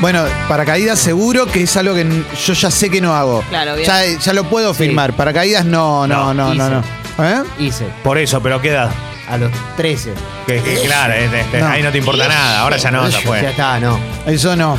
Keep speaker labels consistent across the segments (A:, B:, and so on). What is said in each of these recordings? A: Bueno, paracaídas seguro que es algo que n- yo ya sé que no hago.
B: Claro, bien.
A: ya, ya lo puedo
C: Sí.
A: firmar. Paracaídas no, no, no,
C: No,
A: no, no.
C: hice.
A: ¿Eh?
C: Hice.
D: Por eso, pero ¿qué edad?
C: A los 13.
D: Que- que- claro, eh, te- te-
A: No.
D: ahí no te importa nada. Ahora ya no, ya
C: Ya
D: fue.
C: está, no.
A: Eso no.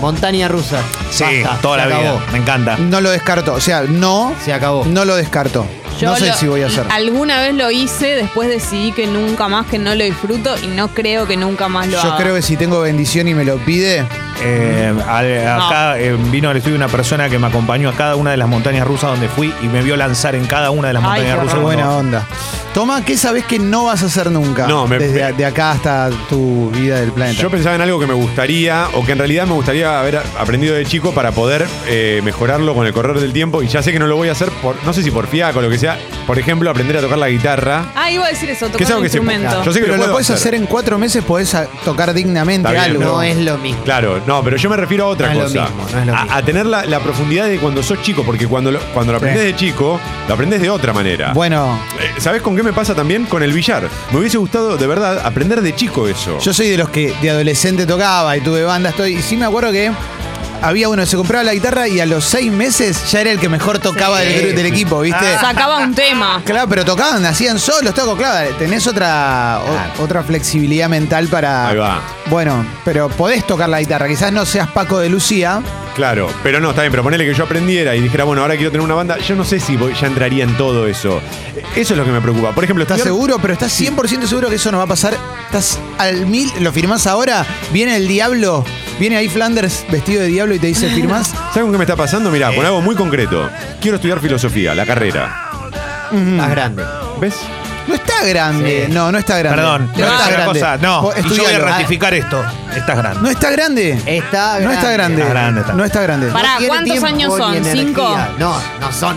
C: Montaña rusa.
D: Sí,
C: Basta,
D: toda la
C: se acabó.
D: vida. Me
E: Ah.
D: encanta.
A: No lo descarto. O sea, no.
C: Se
E: Oh.
C: acabó.
A: No lo descarto.
B: Yo
A: no sé
B: lo-
A: si voy a hacer.
B: Alguna vez lo hice, después decidí que nunca más, que no lo disfruto y no creo que nunca más lo
A: Yo
B: haga.
A: creo que si tengo bendición y me lo pide,
D: Eh, al- acá eh, vino al estudio una persona que me acompañó a cada una de las montañas rusas donde fui y me vio lanzar en cada una de las
B: Ay,
D: montañas
B: qué
D: rusas.
A: qué
B: horror.
D: cuando-
A: buena onda. Toma, ¿qué sabes que no vas a hacer nunca?
E: No, me-
A: Desde a- de acá hasta tu vida del planeta.
E: Yo pensaba en algo que me gustaría, o que en realidad me gustaría haber aprendido de chico para poder eh, mejorarlo con el correr del tiempo. Y ya sé que no lo voy a hacer, por, no sé si por fiaco o lo que sea. Por ejemplo, aprender a tocar la guitarra.
B: Ah, iba a decir eso,
E: Que
B: tocar
E: es
B: un
E: algo que se-
B: instrumento.
E: Yo sé que
A: Pero
E: lo,
A: lo,
E: puedo
A: puedes hacer en cuatro meses, podés a- tocar dignamente
E: Está bien,
A: algo.
C: No es lo mismo.
E: Claro, no, pero yo me refiero a otra
C: No es lo
E: cosa.
C: mismo, no es lo
E: a,
C: mismo.
E: a tener la, la profundidad de cuando sos chico, porque cuando lo, cuando lo aprendes
A: Sí.
E: de chico, lo aprendes de otra manera.
A: Bueno,
E: Eh, ¿Sabés con qué me pasa también? Con el billar. Me hubiese gustado, de verdad, aprender de chico eso.
A: yo soy de los que de adolescente tocaba y tuve banda, estoy. Y sí me acuerdo que había uno que se compraba la guitarra y a los seis meses ya era el que mejor tocaba del, gru- del equipo, ¿viste?
B: Sacaba un tema.
A: Claro, pero tocaban, hacían solos, toco, claro, tenés otra, o- otra flexibilidad mental para.
E: Ahí va.
A: Bueno, pero podés tocar la guitarra, quizás no seas Paco de Lucía.
E: Claro, pero no, está bien, pero ponele que yo aprendiera y dijera, bueno, ahora quiero tener una banda, yo no sé si voy- ya entraría en todo eso. Eh, Eso es lo que me preocupa. Por ejemplo,
A: ¿Estás
E: estudiar-
A: seguro? Pero estás 100% seguro que eso no va a pasar. Estás al mil, lo firmás ahora, viene el diablo, viene ahí Flanders vestido de diablo y te dice, ¿firmás?
E: ¿Sabes con qué me está pasando?
D: Eh.
E: Mirá, con algo muy concreto. Quiero estudiar filosofía, la carrera.
C: Más grande.
E: ¿Ves?
A: No está grande. No, no está grande.
D: Perdón,
A: no
D: pero
A: está
D: es una
A: grande.
D: cosa. No,
A: Vos
D: y yo voy a
A: estudialo. ah.
D: ratificar esto. Estás grande.
A: No está grande.
C: Está
A: No está grande.
D: Está grande, está.
A: No está grande.
B: Pará,
C: tiene
B: ¿cuántos
C: tiempo
B: años
C: ni
B: son?
C: energía.
B: ¿Cinco?
C: No, no son.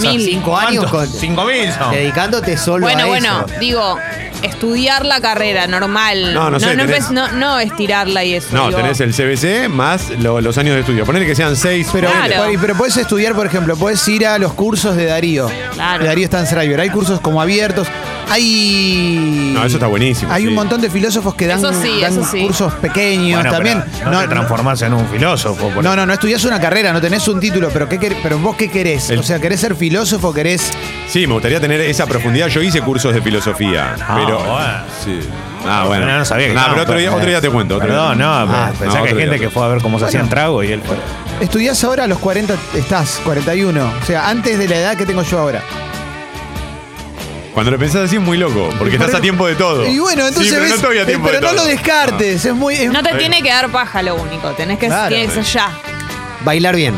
C: Son
B: Mil.
C: cinco años con, Eh,
D: ¿Cuántos? Cinco mil son.
C: dedicándote solo a
B: Bueno, bueno,
C: eso.
B: digo, estudiar la carrera, normal.
E: No, no sé,
B: no,
E: tenés-
B: empe- no- no estirarla y eso.
E: No,
B: digo.
E: tenés el CBC más lo- los años de estudio. Ponele que sean seis,
A: Pero,
B: Claro.
A: Pari, pero podés estudiar, por ejemplo, podés ir a los cursos de Darío.
B: Claro.
A: De Darío Stanzreiber. Hay cursos como abiertos. Hay.
E: No, eso está buenísimo,
A: Hay un
E: sí.
A: montón de filósofos que dan,
B: Eso sí,
A: dan
B: eso sí.
A: cursos pequeños
D: Bueno,
A: también.
D: pero No, te transformás en un filósofo. por
A: No, no, no estudiás una carrera, no tenés un título, pero, ¿qué quer- pero vos qué querés?
E: El-
A: O sea, ¿querés ser filósofo? ¿Querés...?
E: Sí, me gustaría tener esa profundidad. Yo hice cursos de filosofía.
D: Ah,
E: pero.
D: bueno.
E: Sí. Ah, bueno.
D: No, no sabía que
E: Nah,
D: estaba-
E: pero otro día, otro día te cuento. otro
D: Perdón,
E: día.
D: no,
E: Ah,
D: pensá
E: no,
D: que hay
E: otro día,
D: gente
E: otro
D: que fue a ver cómo se hacían trago y él fue.
A: Estudiás ahora a los 40, estás, 41. O sea, antes de la edad que tengo yo ahora.
E: día. Cuando lo pensás así es muy loco, porque estás a tiempo de todo.
A: Y bueno, entonces
E: Oh. Sí, pero
A: ves-
E: no, estoy a
A: eh,
E: tiempo
A: pero
E: de
A: no
E: todo. Ah.
A: lo descartes, es muy... es-
B: No te tiene que dar paja lo único, tenés que,
A: Claro.
B: tiene que ser ya.
C: Bailar bien.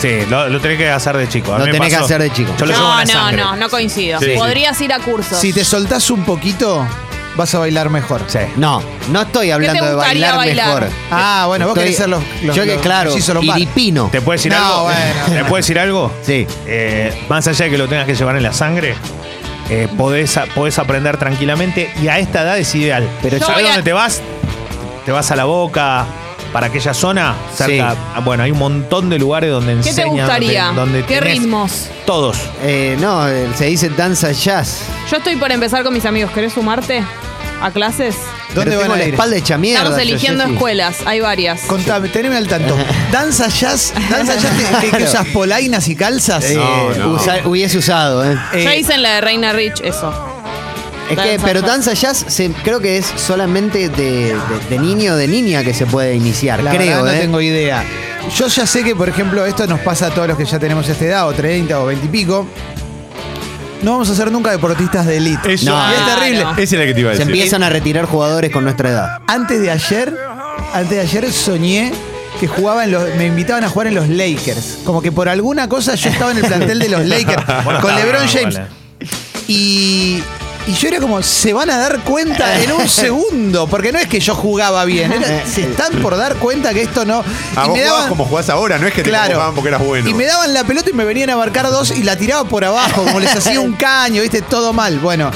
D: Sí, lo, lo tenés que hacer de chico. A
C: Lo
D: mí me
C: tenés que
D: pasó-
C: hacer de chico.
D: Yo lo llevo en
B: No,
D: la
B: no,
D: sangre.
B: no, no coincido.
E: Sí.
B: Podrías ir a cursos.
A: Si te soltás un poquito, vas a bailar mejor.
D: Sí.
C: No, no estoy hablando de
B: gustaría
C: bailar,
B: bailar?
C: mejor.
A: Ah, bueno, vos
C: Estoy-
A: querés ser los... los-
C: yo que
A: los-
C: claro,
A: los hizo los bar.
C: iripino.
D: ¿Te puedo decir
A: No,
D: algo?
A: bueno.
D: ¿Te puedo decir algo?
C: Sí.
D: Eh, más allá de que lo tengas que llevar en la sangre, eh, podés, a- podés aprender tranquilamente y a esta edad es ideal.
C: Pero
D: Pero
C: Yo
D: ¿sabés
B: voy a-
D: dónde te vas? Te vas a la boca, para aquella zona, cerca.
C: Sí.
D: ah, Bueno, hay un montón de lugares donde
B: ¿Qué
D: enseñan.
B: te
D: donde-
B: gustaría?
D: donde
B: ¿Qué
D: tenés
B: ritmos?
D: Todos.
C: Eh, no, eh, se dice danza jazz.
B: Yo estoy por empezar con mis amigos. ¿Querés sumarte a clases?
A: ¿Dónde van
C: Pero tengo
A: a
C: la
A: ir?
C: espalda hecha mierda.
B: Estamos
C: yo,
B: eligiendo
C: Jessy.
B: escuelas, hay varias.
A: Contame, teneme al tanto. ¿Danza jazz? ¿Danza jazz que- que, que
C: Claro.
A: usas polainas y calzas?
C: Eh,
E: No, no.
C: usa- hubiese usado, ¿eh?
B: Yo hice en la de Reina Rich eso.
C: Es que,
B: Danza
C: pero
B: jazz.
C: danza jazz se- creo que es solamente de, de- de niño o de niña que se puede iniciar,
A: La
C: creo,
A: verdad
C: ¿eh?
A: no tengo idea. Yo ya sé que, por ejemplo, esto nos pasa a todos los que ya tenemos esta edad, o 30 o 20 y pico. No vamos a ser nunca deportistas de elite.
E: Eso-
C: No.
A: Y es terrible.
B: Claro.
E: Esa es la que te iba a
C: Se
E: decir.
C: empiezan a retirar jugadores con nuestra edad.
A: Antes de ayer, antes de ayer soñé que jugaba en los, me invitaban a jugar en los Lakers. Como que por alguna cosa yo estaba en el plantel de los Lakers
D: Bueno,
A: con
D: está
A: LeBron
D: bien,
A: James.
D: vale.
A: Y, y yo era como, se van a dar cuenta en un segundo, porque no es que yo jugaba bien, era, se están por dar cuenta que esto no...
E: Eh, Ah,
A: y
E: vos
A: me
E: jugabas
A: daban-
E: como jugás ahora, no es que te
A: Claro.
E: convocaban porque eras bueno.
A: Y me daban la pelota y me venían a abarcar dos y la tiraba por abajo, como les hacía un caño, viste, todo mal. Bueno,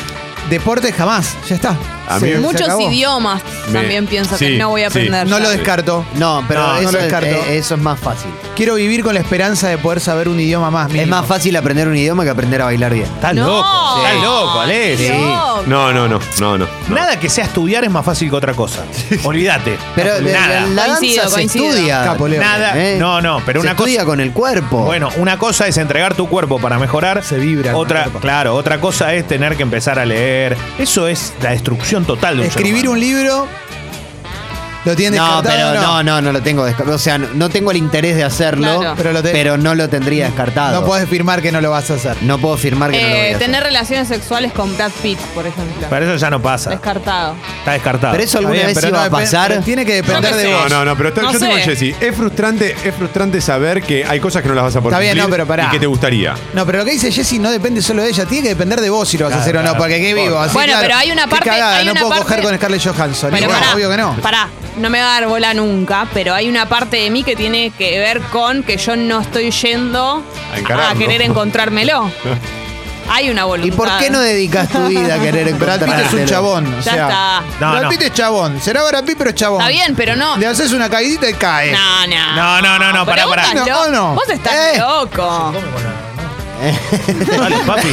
A: deporte jamás, ya está.
E: A mí-
B: Muchos
A: acabó.
B: idiomas
E: Me-
B: también pienso
E: sí,
B: que no voy a
E: sí.
B: aprender.
A: No lo
B: ya.
A: descarto.
C: No, pero
A: No, no
C: eso,
A: lo descarto.
C: eh, eso es más fácil.
A: Quiero vivir con la esperanza de poder saber un idioma más. mínimo.
C: Es más fácil aprender un idioma que aprender a bailar bien.
D: Estás
B: No.
D: loco. Estás loco, Alex.
B: Dios. tampoco.
E: No, no, no, no, no. no.
D: Nada que sea estudiar es más fácil que otra cosa. Olvídate.
C: Pero de- de-
D: nada.
C: la danza
B: Coincido,
C: se
B: coincido.
C: estudia. Eh.
A: Capo, Leo.
D: Ah,
A: Eh,
D: Nada, no, no, pero
C: se
D: una cosa-
C: estudia con el cuerpo.
D: Bueno, una cosa es entregar tu cuerpo para mejorar.
A: Se vibra con la
D: Otra,
A: ropa.
D: claro, otra cosa es tener que empezar a leer. Eso es la destrucción total de un ser
A: Escribir
D: humano.
A: un libro. ¿Lo tienen
C: No,
A: descartado
C: pero
A: o
C: no, no, no lo tengo descartado. O sea, no, no tengo el interés de hacerlo,
B: Claro.
A: Pero
C: pero,
A: lo te-
C: no lo tendría descartado.
A: No podés firmar que no lo vas a hacer.
C: No puedo firmar que no lo voy a
B: Eh,
C: hacer.
B: tener relaciones sexuales con Brad Pitt, por ejemplo.
D: Pero eso ya no pasa.
B: Descartado.
D: Está descartado.
C: Pero eso alguna
D: Está
C: vez
D: bien, pero
C: iba
D: no,
C: a
A: depen-
C: pasar.
A: Tiene que depender
B: Yo qué
A: de
B: sé.
A: vos.
E: No, no, no, pero está-
B: No
E: yo tengo
B: sé.
E: Jessy. Es frustrante, es frustrante saber que hay cosas que no las vas a poder
A: Está bien,
E: cumplir
A: no, pero pará.
E: y que te gustaría.
A: No, pero lo que dice Jessy no depende solo de ella, tiene que depender de vos si lo vas a
D: Claro,
A: hacer o no,
D: claro.
A: porque qué vivo. Así,
B: Bueno,
A: claro,
B: pero hay una
A: qué
B: parte-
A: cagada,
B: hay
A: no
B: una
A: puedo
B: parte-
A: coger con Scarlett Johansson. Y
B: Pero
A: bueno,
B: pará,
A: obvio que no.
B: Pará, no me va a dar bola nunca, pero hay una parte de mí que tiene que ver con que yo no estoy yendo
E: A
B: a,
E: encararlo.
B: querer encontrármelo. Hay una voluntad.
C: ¿Y por
A: Ah.
C: qué no dedicas tu vida a querer
A: Brad
C: encontrar
A: Pitt es un chabón, o
B: Ya
A: sea.
B: está.
D: No,
A: Brad
D: no.
A: Pitt es chabón, será Brad Pitt, pero es chabón.
B: Está bien, pero no.
A: Le haces una caidita y cae.
B: No, no.
D: No, no, no, no,
B: Ah, Pero
D: pará,
B: vos
D: pará.
B: estás
A: No,
B: lo-
A: no.
B: Vos estás
A: Eh.
B: loco.
D: Dale, papi.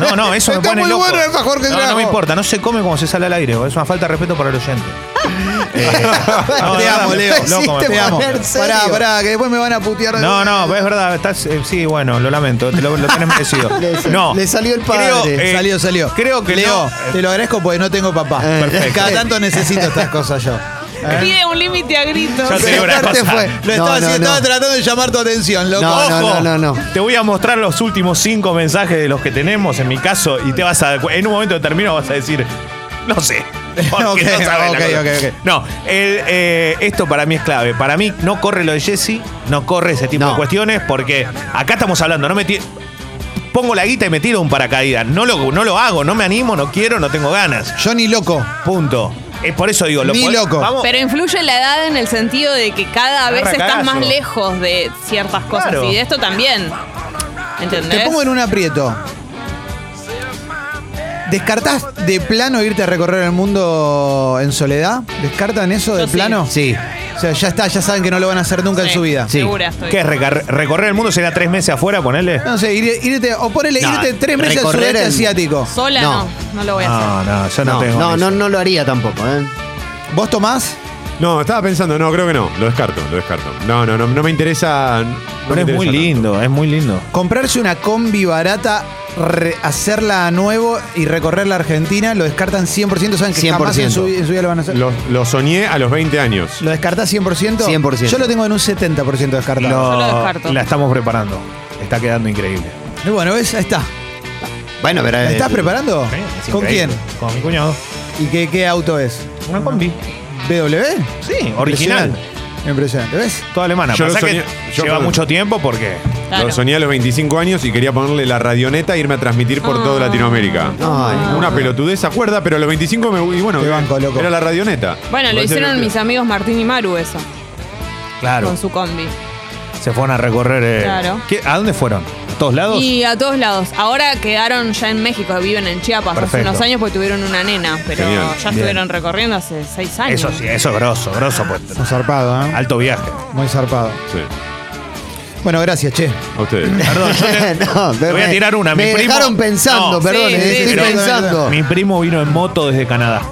D: No, no, eso me
A: Está
D: pone
A: muy
D: loco.
A: bueno el alfajor que
D: no,
A: trajo.
D: no me importa, no se come como se sale al aire, es una falta de respeto para el oyente. Eh, no,
A: te
D: no,
A: amo,
D: no,
A: Leo.
D: loco, me
A: te
D: pone-
A: amo.
C: poner serio.
A: Pará, pará, que después me van a putear. de
D: No,
A: vuelta.
D: no, es verdad, estás, eh, sí, bueno, lo lamento, te lo, lo tenés merecido. No,
C: le salió el padre.
D: eh,
A: salió, salió.
D: Creo que
A: Leo,
D: no.
A: te lo agradezco porque no tengo papá.
D: Perfecto.
A: Cada tanto necesito estas cosas yo. Eh.
B: Pide un límite a gritos.
D: Ya te digo una
A: Aparte
D: cosa.
A: fue, lo
C: No,
A: estaba,
C: no,
A: haciendo-
C: no.
A: estaba tratando de llamar tu atención, loco.
C: No, no,
D: Ojo,
C: no, no, no.
D: Te voy a mostrar los últimos cinco mensajes de los que tenemos en mi caso y te vas a. En un momento determinado vas a decir. No sé. porque
A: Ok,
D: no sabes la
A: ok,
D: cosa".
A: ok, ok.
D: No, el, eh, esto para mí es clave. Para mí no corre lo de Jesse, no corre ese tipo
C: No.
D: de cuestiones porque acá estamos hablando, no me ti- Pongo la guita y me tiro un paracaídas. No lo, no lo hago, no me animo, no quiero, no tengo ganas.
A: Yo ni loco.
D: Punto. Es por eso digo, lo
A: Ni
D: pod-
A: loco.
D: Vamos,
B: Pero influye la edad en el sentido de que cada vez
D: Agarra
B: estás
D: cagazo.
B: más lejos de ciertas cosas
D: Claro.
B: y de esto también. ¿Entendés?
A: Te pongo en un aprieto. ¿Descartás de plano irte a recorrer el mundo en soledad? ¿Descartan eso de
B: Yo sí.
A: plano?
C: Sí.
A: O sea, ya está, ya saben que no lo van a hacer nunca en
B: Sí,
A: su vida.
B: Segura estoy.
D: ¿Qué es recar- recorrer el mundo? ¿Será tres meses afuera, ponerle?
A: No sé, ir- irte, o ponele,
C: No,
A: irte tres meses al
C: recorrer
A: sudeste
C: el-
A: asiático.
B: Sola no. no,
C: No.
B: lo voy a
D: No,
B: hacer.
D: no, yo no,
C: No,
D: tengo.
C: no,
D: eso.
C: no, no lo haría tampoco, ¿eh?
A: ¿Vos tomás?
E: No, estaba pensando, no, creo que no. Lo descarto, lo descarto. No, no, no, no me interesa. no me
D: Pero es
E: interesa
D: muy
E: tanto.
D: lindo, es muy lindo.
A: Comprarse una combi barata, re- hacerla a nuevo y recorrer la Argentina, lo descartan 100%, saben que jamás en
C: 100%.
A: su, vi- en su vida lo van a hacer.
E: Lo, lo soñé a los 20 años.
A: ¿Lo descartás 100%?
C: 100%.
A: Yo lo tengo en un 70% descartado.
B: Yo lo descarto.
D: La estamos preparando. Está quedando increíble.
A: Y bueno, ¿ves? Ahí está.
C: Bueno, pero.
A: ¿La
C: eh,
A: estás preparando?
D: Sí, es
A: ¿Con quién?
D: increíble. Con mi cuñado.
A: ¿Y qué, qué auto es?
D: Una combi.
A: ¿BW?
D: Sí, original.
A: Impresionante. Impresionante, ¿ves?
D: Toda alemana.
E: Yo lo
D: Pasa que
E: soñé- yo
D: lleva
E: con-
D: mucho tiempo porque.
B: Claro.
E: Lo soñé a los 25 años y quería ponerle la radioneta e irme a transmitir por toda
B: Ah.
E: Latinoamérica.
C: Ay, no.
E: Una pelotudez acuerda, pero a los 25 me. Y bueno,
A: Te banco, loco.
E: era la radioneta.
B: Bueno, lo
E: Parece
B: hicieron
E: que-
B: mis amigos Martín y Maru eso,
D: Claro.
B: con su combi.
D: Se fueron a recorrer. eh,
B: Claro.
D: ¿qué- ¿A dónde fueron? ¿A todos lados?
B: Y a todos lados. Ahora quedaron ya en México, viven en Chiapas hace
D: Perfecto.
B: unos años porque tuvieron una nena, pero
E: Genial.
B: ya estuvieron recorriendo hace seis años.
D: Eso sí, eso es grosso, grosso. pues,
A: Muy zarpado, ¿eh?
D: alto viaje.
A: Muy zarpado.
E: Sí,
A: Bueno, gracias, che.
E: a ustedes.
D: Perdón, yo te-
C: no,
D: te voy a tirar una.
C: Me
D: mi primo-
C: dejaron pensando,
D: No,
C: perdón,
B: sí,
C: eh,
B: sí,
C: estoy
D: pero-
C: pensando.
D: Mi primo vino en moto desde Canadá.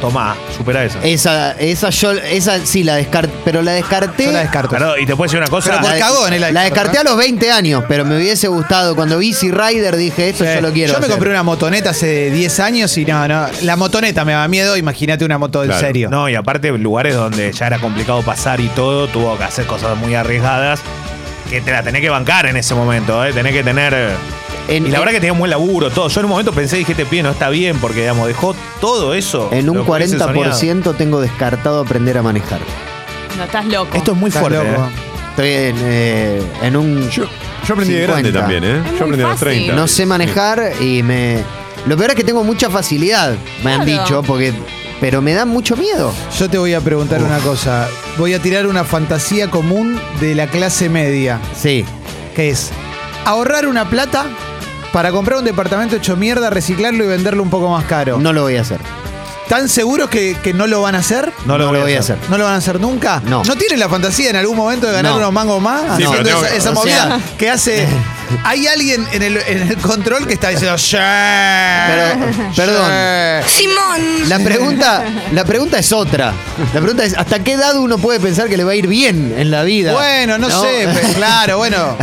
D: Tomá, supera esa.
E: Eh,
C: Esa, esa yo, esa sí la descarté, pero la descarté.
A: Yo la descarto.
D: Perdón, y te puedo decir una cosa.
A: Pero por
C: de-
A: cagón, eh, la
C: la
A: descarté,
C: descarté a los 20 años, pero me hubiese gustado. Cuando vi Easy Rider dije, esto yo lo quiero.
A: Eh, Yo me
C: hacer.
A: compré una motoneta hace 10 años y no, no. La motoneta me da miedo, imagínate una moto en
E: Claro.
A: serio.
D: No, y aparte lugares donde ya era complicado pasar y todo, tuvo que hacer cosas muy arriesgadas que te la tenés que bancar en ese momento, ¿eh? tenés que tener... eh,
C: En-
D: y la
C: en-
D: verdad que tenía un buen laburo, todo. Yo en un momento pensé, dije, este pie no está bien, porque, digamos, dejó todo eso.
C: En un
D: lo que hubiese soñado.
C: 40% tengo descartado aprender a manejar.
B: No, estás loco.
D: Esto es muy
A: Estás
D: fuerte.
A: loco.
D: ¿eh?
C: Estoy en, eh, en un.
E: Yo, yo aprendí
C: 50.
E: de grande también, ¿eh?
B: Es
E: Yo aprendí a los
B: muy fácil.
E: 30.
C: No sé manejar y me. Lo peor es que tengo mucha facilidad, me han
B: Claro.
C: dicho, porque. Pero me da mucho miedo.
A: Yo te voy a preguntar una cosa. Voy a tirar una fantasía común de la clase media,
C: Sí.
A: que es ahorrar una plata para comprar un departamento hecho mierda, reciclarlo y venderlo un poco más caro.
C: No lo voy a hacer.
A: ¿Tan seguros que, que no lo van a hacer?
D: No lo voy a hacer.
A: ¿No lo van a hacer nunca?
C: No.
A: ¿No tienen la fantasía en algún momento de ganar
C: No.
A: unos mangos más
E: Sí,
A: haciendo
E: pero tengo
A: esa,
E: que-
A: esa
C: o
A: movida
C: sea-
A: que hace Hay alguien en el, en el control que está diciendo, "Sí,
C: Pero-
A: sí".
C: perdón.
F: Simón.
C: La pregunta, la pregunta es otra. La pregunta es, ¿hasta qué edad uno puede pensar que le va a ir bien en la vida?
A: Bueno, no, sé, pero claro, bueno.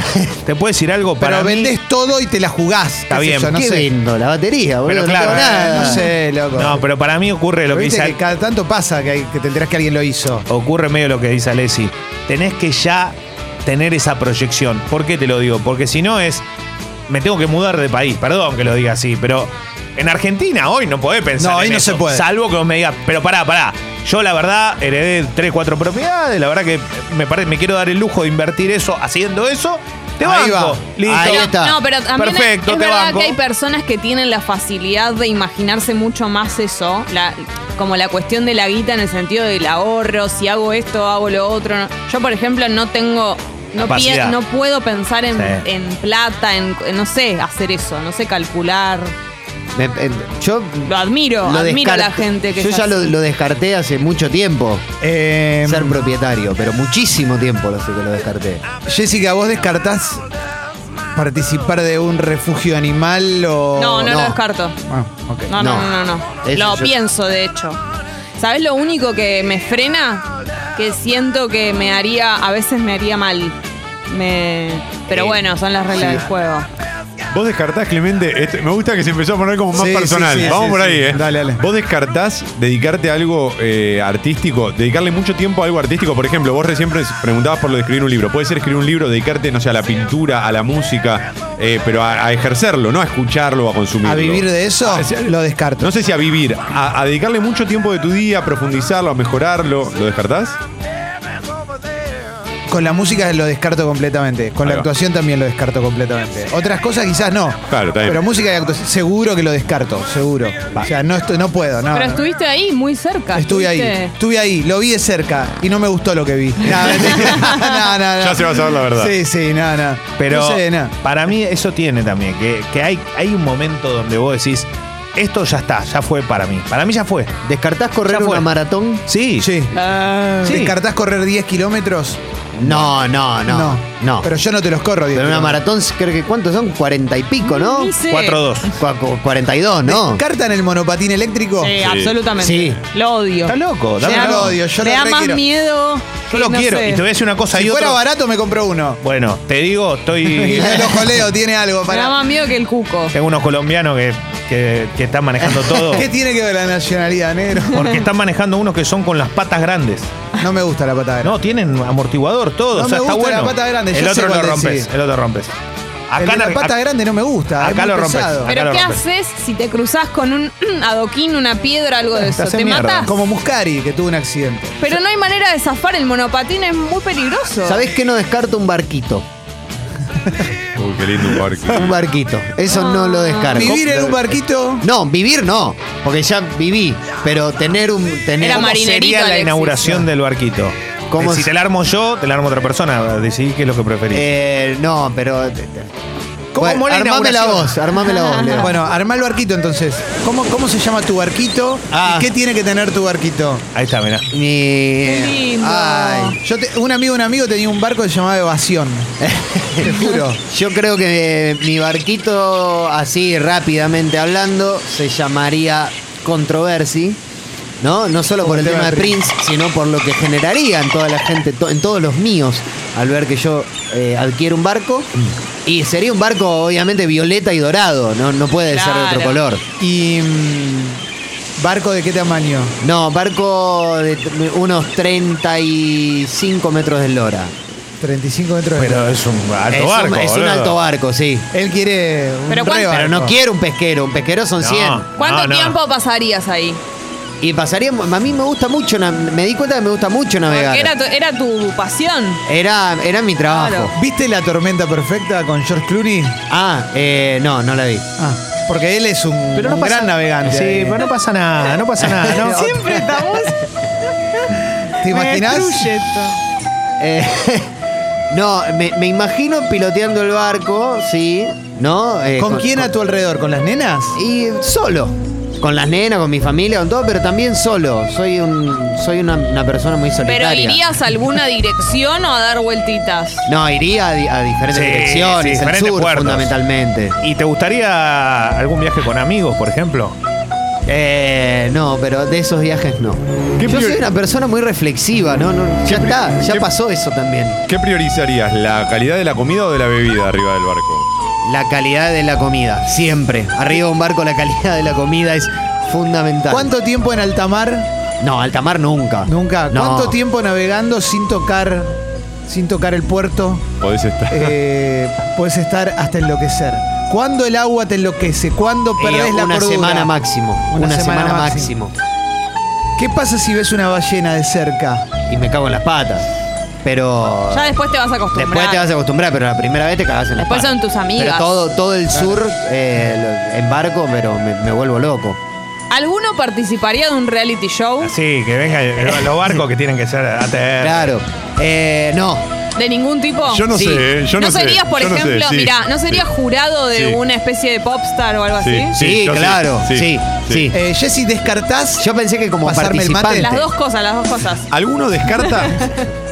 D: Te puedo decir algo para
A: pero
D: mí?
A: vendés todo y te la jugás.
D: Está
A: qué sé
D: bien.
A: yo, no
C: ¿Qué
A: sé.
C: vendo? La batería, boludo.
D: Pero claro,
C: no
D: eh,
C: tengo nada.
A: No sé, loco.
D: No, pero para mí ocurre lo
A: Pero
D: que
A: viste
D: dice
A: que cada tanto pasa que, hay- que te enterás que alguien lo hizo.
D: ocurre medio lo que dice Alessi. Tenés que ya tener esa proyección. ¿Por qué te lo digo? Porque si no es. Me tengo que mudar de país, perdón que lo diga así, pero en Argentina hoy no podés pensar.
A: No, hoy
D: en
A: no
D: eso.
A: se puede.
D: Salvo que vos me digas, pero pará, pará. Yo la verdad heredé 3, 4 propiedades, la verdad que me, parece, me quiero dar el lujo de invertir eso haciendo eso. Te
A: Ahí
D: banco.
A: va.
D: Listo.
C: Ahí
B: Pero-
C: está.
B: No, pero también es-
D: Perfecto,
B: es
D: te
B: verdad
D: banco.
B: que hay personas que tienen la facilidad de imaginarse mucho más eso, la- como la cuestión de la guita en el sentido del ahorro, si hago esto, hago lo otro. No- Yo, por ejemplo, no tengo... No,
D: Capacidad.
B: pie- no puedo pensar en,
D: Sí.
B: en plata, en, no sé, hacer eso, no sé calcular.
C: Me- eh, yo
B: Lo admiro,
C: lo
B: admiro a la
C: descarté.
B: gente que
C: Yo
B: es
C: ya lo,
B: así.
C: lo descarté hace mucho tiempo,
A: Eh,
C: ser propietario, pero muchísimo tiempo lo sé que lo descarté.
A: Jessica, ¿vos descartás participar de un refugio animal o.?
B: No, no,
C: no.
B: lo descarto.
A: Ah, ok.
B: No, no,
C: No.
B: no, no. no.
C: Eso
B: Lo
C: yo-
B: pienso, de hecho. ¿Sabes lo único que me frena? Que siento que me haría, a veces me haría mal. Me... Pero bueno, son las reglas del juego.
E: Vos descartás, Clemente, esto- me gusta que se empezó a poner como más
A: Sí, sí,
E: personal.
A: sí,
E: Vamos
A: sí,
E: por
A: sí.
E: ahí, ¿eh?
A: Dale, dale.
E: Vos descartás dedicarte a algo eh, artístico, dedicarle mucho tiempo a algo artístico. Por ejemplo, vos recién pre- preguntabas por lo de escribir un libro. Puede ser escribir un libro, dedicarte, no sé, a la pintura, a la música, eh, pero a, a ejercerlo, no a escucharlo, a consumirlo.
A: ¿A vivir de eso?
E: Ah, sí,
A: Lo descarto.
E: No sé si a vivir, a, a dedicarle mucho tiempo de tu día, a profundizarlo, a mejorarlo. ¿Lo descartás?
A: Con la música lo descarto completamente. Con
E: Ahí
A: la
E: va.
A: actuación también lo descarto completamente. Otras cosas quizás no.
E: Claro, está bien.
A: Pero música y actuación, seguro que lo descarto, seguro. O sea, no, estoy- no puedo, no.
B: Pero
A: no.
B: estuviste ahí, muy cerca.
A: Ah, Estuve ahí,
B: estuviste-
A: estuve ahí, lo vi de cerca y no me gustó lo que vi. No, no, no, no.
E: Ya se va a saber la verdad.
A: Sí, sí, no, no.
D: Pero
A: no sé, no.
D: para mí eso tiene también, que, que hay, hay un momento donde vos decís, esto ya está, ya fue para mí. Para mí ya fue.
C: ¿Descartás correr
D: Ya fue.
C: una maratón?
D: Sí.
A: Sí.
B: Ah,
D: sí.
A: ¿Descartás correr 10 kilómetros?
C: No, no, no. No.
A: Pero eh,
C: Pero,
A: yo no te los corro 10
C: una
A: kilómetros.
C: maratón, creo que ¿cuántos son? Cuarenta y pico, ¿no?
B: Ni sé.
D: 4-2.
C: Cua- cu- 42, ¿no?
A: ¿Descartan el monopatín eléctrico?
B: Sí, absolutamente.
C: Sí.
B: Lo odio.
D: Está
A: Yo
D: loco, dame
A: no
D: la
A: lo
D: mano.
A: odio, yo
B: Me
A: lo
B: da
A: re
B: más
A: quiero.
B: miedo.
D: Yo
B: que
D: lo
B: no
D: quiero.
B: sé.
D: Y te voy a decir una cosa
A: Si
D: y
A: fuera
D: otro-
A: barato me compro uno.
D: Bueno, te digo,
A: Y
D: estoy.
A: el ojo leo tiene algo
B: Me da
A: para.
B: más miedo que el cuco.
D: tengo unos colombianos que, que- que están manejando todo.
A: ¿Qué tiene que ver la nacionalidad, negro?
D: Porque están manejando unos que son con las patas grandes.
A: No me gusta la patada.
D: No, tienen amortiguador, todo.
A: No
D: o sea,
A: me
D: está
A: gusta la
D: bueno.
A: pata grande, yo
D: el
A: sé
D: otro lo
A: cuál
D: rompes.
A: decís.
D: El otro rompes.
A: El de
D: en
A: la
D: Ar-
A: pata
D: ac-
A: grande no me gusta. es
D: acá
A: muy
D: lo rompes.
A: pesado.
D: Acá
B: Pero
D: lo
B: ¿qué
D: rompes.
B: haces si te cruzás con un adoquín, una piedra, algo de eso?
D: hace
B: ¿Te
D: mierda.
B: matas?
A: Como Muscari, que tuvo un accidente.
B: Pero no hay manera de zafar, el monopatín es muy peligroso.
C: ¿Sabés qué no descarto? Un barquito.
E: Uy, qué lindo un parque.
C: Un barquito. Eso no lo descarto.
A: Vivir en un barquito.
C: No, vivir no, porque ya viví, pero tener un tener
B: Era
D: ¿Cómo
B: marinerito,
D: sería la
B: Alexis.
D: inauguración del barquito?
C: ¿Cómo
D: Eh, si
C: es?
D: te la armo yo, te la armo otra persona. Decidí qué es lo que preferís.
C: eh, no, pero
D: ¿Cómo
C: Bueno,
D: mola la
C: armame la
D: inauguración?
C: voz, armame la voz, Leo.
A: Bueno, armá el barquito entonces. ¿Cómo, cómo se llama tu barquito?
C: Ah.
A: ¿Y qué tiene que tener tu barquito?
D: Ahí está, mirá.
C: Mi-
B: Qué lindo.
C: Ay,
A: Yo te- un amigo, un amigo tenía un barco que se llamaba Evasión. Te juro.
C: yo creo que eh, mi barquito, así rápidamente hablando, se llamaría Controversy. ¿No? no solo por el tema de Prince, sino por lo que generaría en toda la gente, to- en todos los míos, al ver que yo eh, adquiero un barco. Y sería un barco obviamente violeta y dorado, no, no puede ser de otro
B: Claro.
C: color.
A: ¿Y mm, barco de qué tamaño?
C: No, barco de t- unos 35 metros de lora.
A: 35 metros de
D: Pero es un alto
C: es un,
D: barco.
C: es un
D: boludo.
C: alto barco, sí.
A: Él quiere un
B: Pero ¿cuánto?
A: re barco.
C: Pero no quiero un pesquero, un pesquero son
D: No.
C: 100.
B: ¿Cuánto
D: No, no.
B: tiempo pasarías ahí?
C: Y pasaría, a mí me gusta mucho, na- me di cuenta que me gusta mucho navegar.
B: Porque era tu, era tu pasión.
C: Era, era mi trabajo.
B: Claro.
A: ¿Viste la tormenta perfecta con George Clooney?
C: Ah, eh, no, no la vi.
A: Ah, porque él es un,
D: Pero no
A: un
D: pasa-
A: gran navegante.
D: Sí, pero no pasa nada, no pasa nada. ¿no?
A: estamos. ¿Te imaginas?
C: Eh, no, me, me imagino piloteando el barco, sí, ¿no? Eh,
A: ¿Con quién a tu alrededor? ¿Con las nenas?
C: Y solo. con las nenas, con mi familia, con todo, pero también solo. Soy un soy una, una persona muy solitaria.
B: Pero irías a alguna dirección o a dar vueltitas.
C: No, iría a, di- a diferentes
D: Sí,
C: direcciones,
D: sí,
C: al
D: diferentes
C: sur
D: puertos.
C: fundamentalmente.
D: ¿Y te gustaría algún viaje con amigos, por ejemplo?
C: Eh, no, pero de esos viajes no.
E: ¿Qué
C: Yo
E: prior-
C: soy una persona muy reflexiva, no, no ya está, ya
E: qué-
C: pasó eso también.
E: ¿Qué priorizarías? ¿La calidad de la comida o de la bebida arriba del barco?
C: La calidad de la comida, siempre. Arriba de un barco la calidad de la comida es fundamental.
A: ¿Cuánto tiempo en alta mar?
C: No, alta mar nunca.
A: Nunca.
C: No.
A: ¿Cuánto tiempo navegando sin tocar, sin tocar el puerto?
E: Podés estar.
A: Eh, puedes estar hasta enloquecer. ¿Cuándo el agua te enloquece? ¿Cuándo
C: Eh,
A: perdés la
C: una
A: cordura?
C: semana máximo. Una, semana, máximo.
A: ¿Qué pasa si ves una ballena de cerca?
C: Y me cago en las patas. Pero.
B: Ya después te vas a acostumbrar.
C: Después te vas a acostumbrar, pero la primera vez te cagás en las
B: Después
C: patas.
B: son tus amigas.
C: Pero todo, todo el sur eh, lo- en barco, pero me, me vuelvo loco.
B: ¿Alguno participaría de un reality show?
D: Sí, que vengan los barcos que tienen que ser ATR.
C: Claro. Eh, no.
B: ¿De ningún tipo?
E: Yo no
C: Sí.
E: sé, eh, yo no, sé.
B: serías, por
E: yo no sé,
B: ejemplo,
E: sí.
B: mirá, ¿no serías
E: Sí.
B: jurado de
E: Sí.
B: una especie de popstar o algo
E: Sí.
B: así?
C: Sí,
E: yo sí,
C: claro.
E: sí,
C: Sí, sí.
E: sí.
A: Eh, Jessy, ¿descartás?
C: Yo pensé que como
A: ¿Pasarme el mate?
C: participante.
B: Las dos cosas, las dos cosas.
C: ¿Eh?
E: ¿Alguno descarta,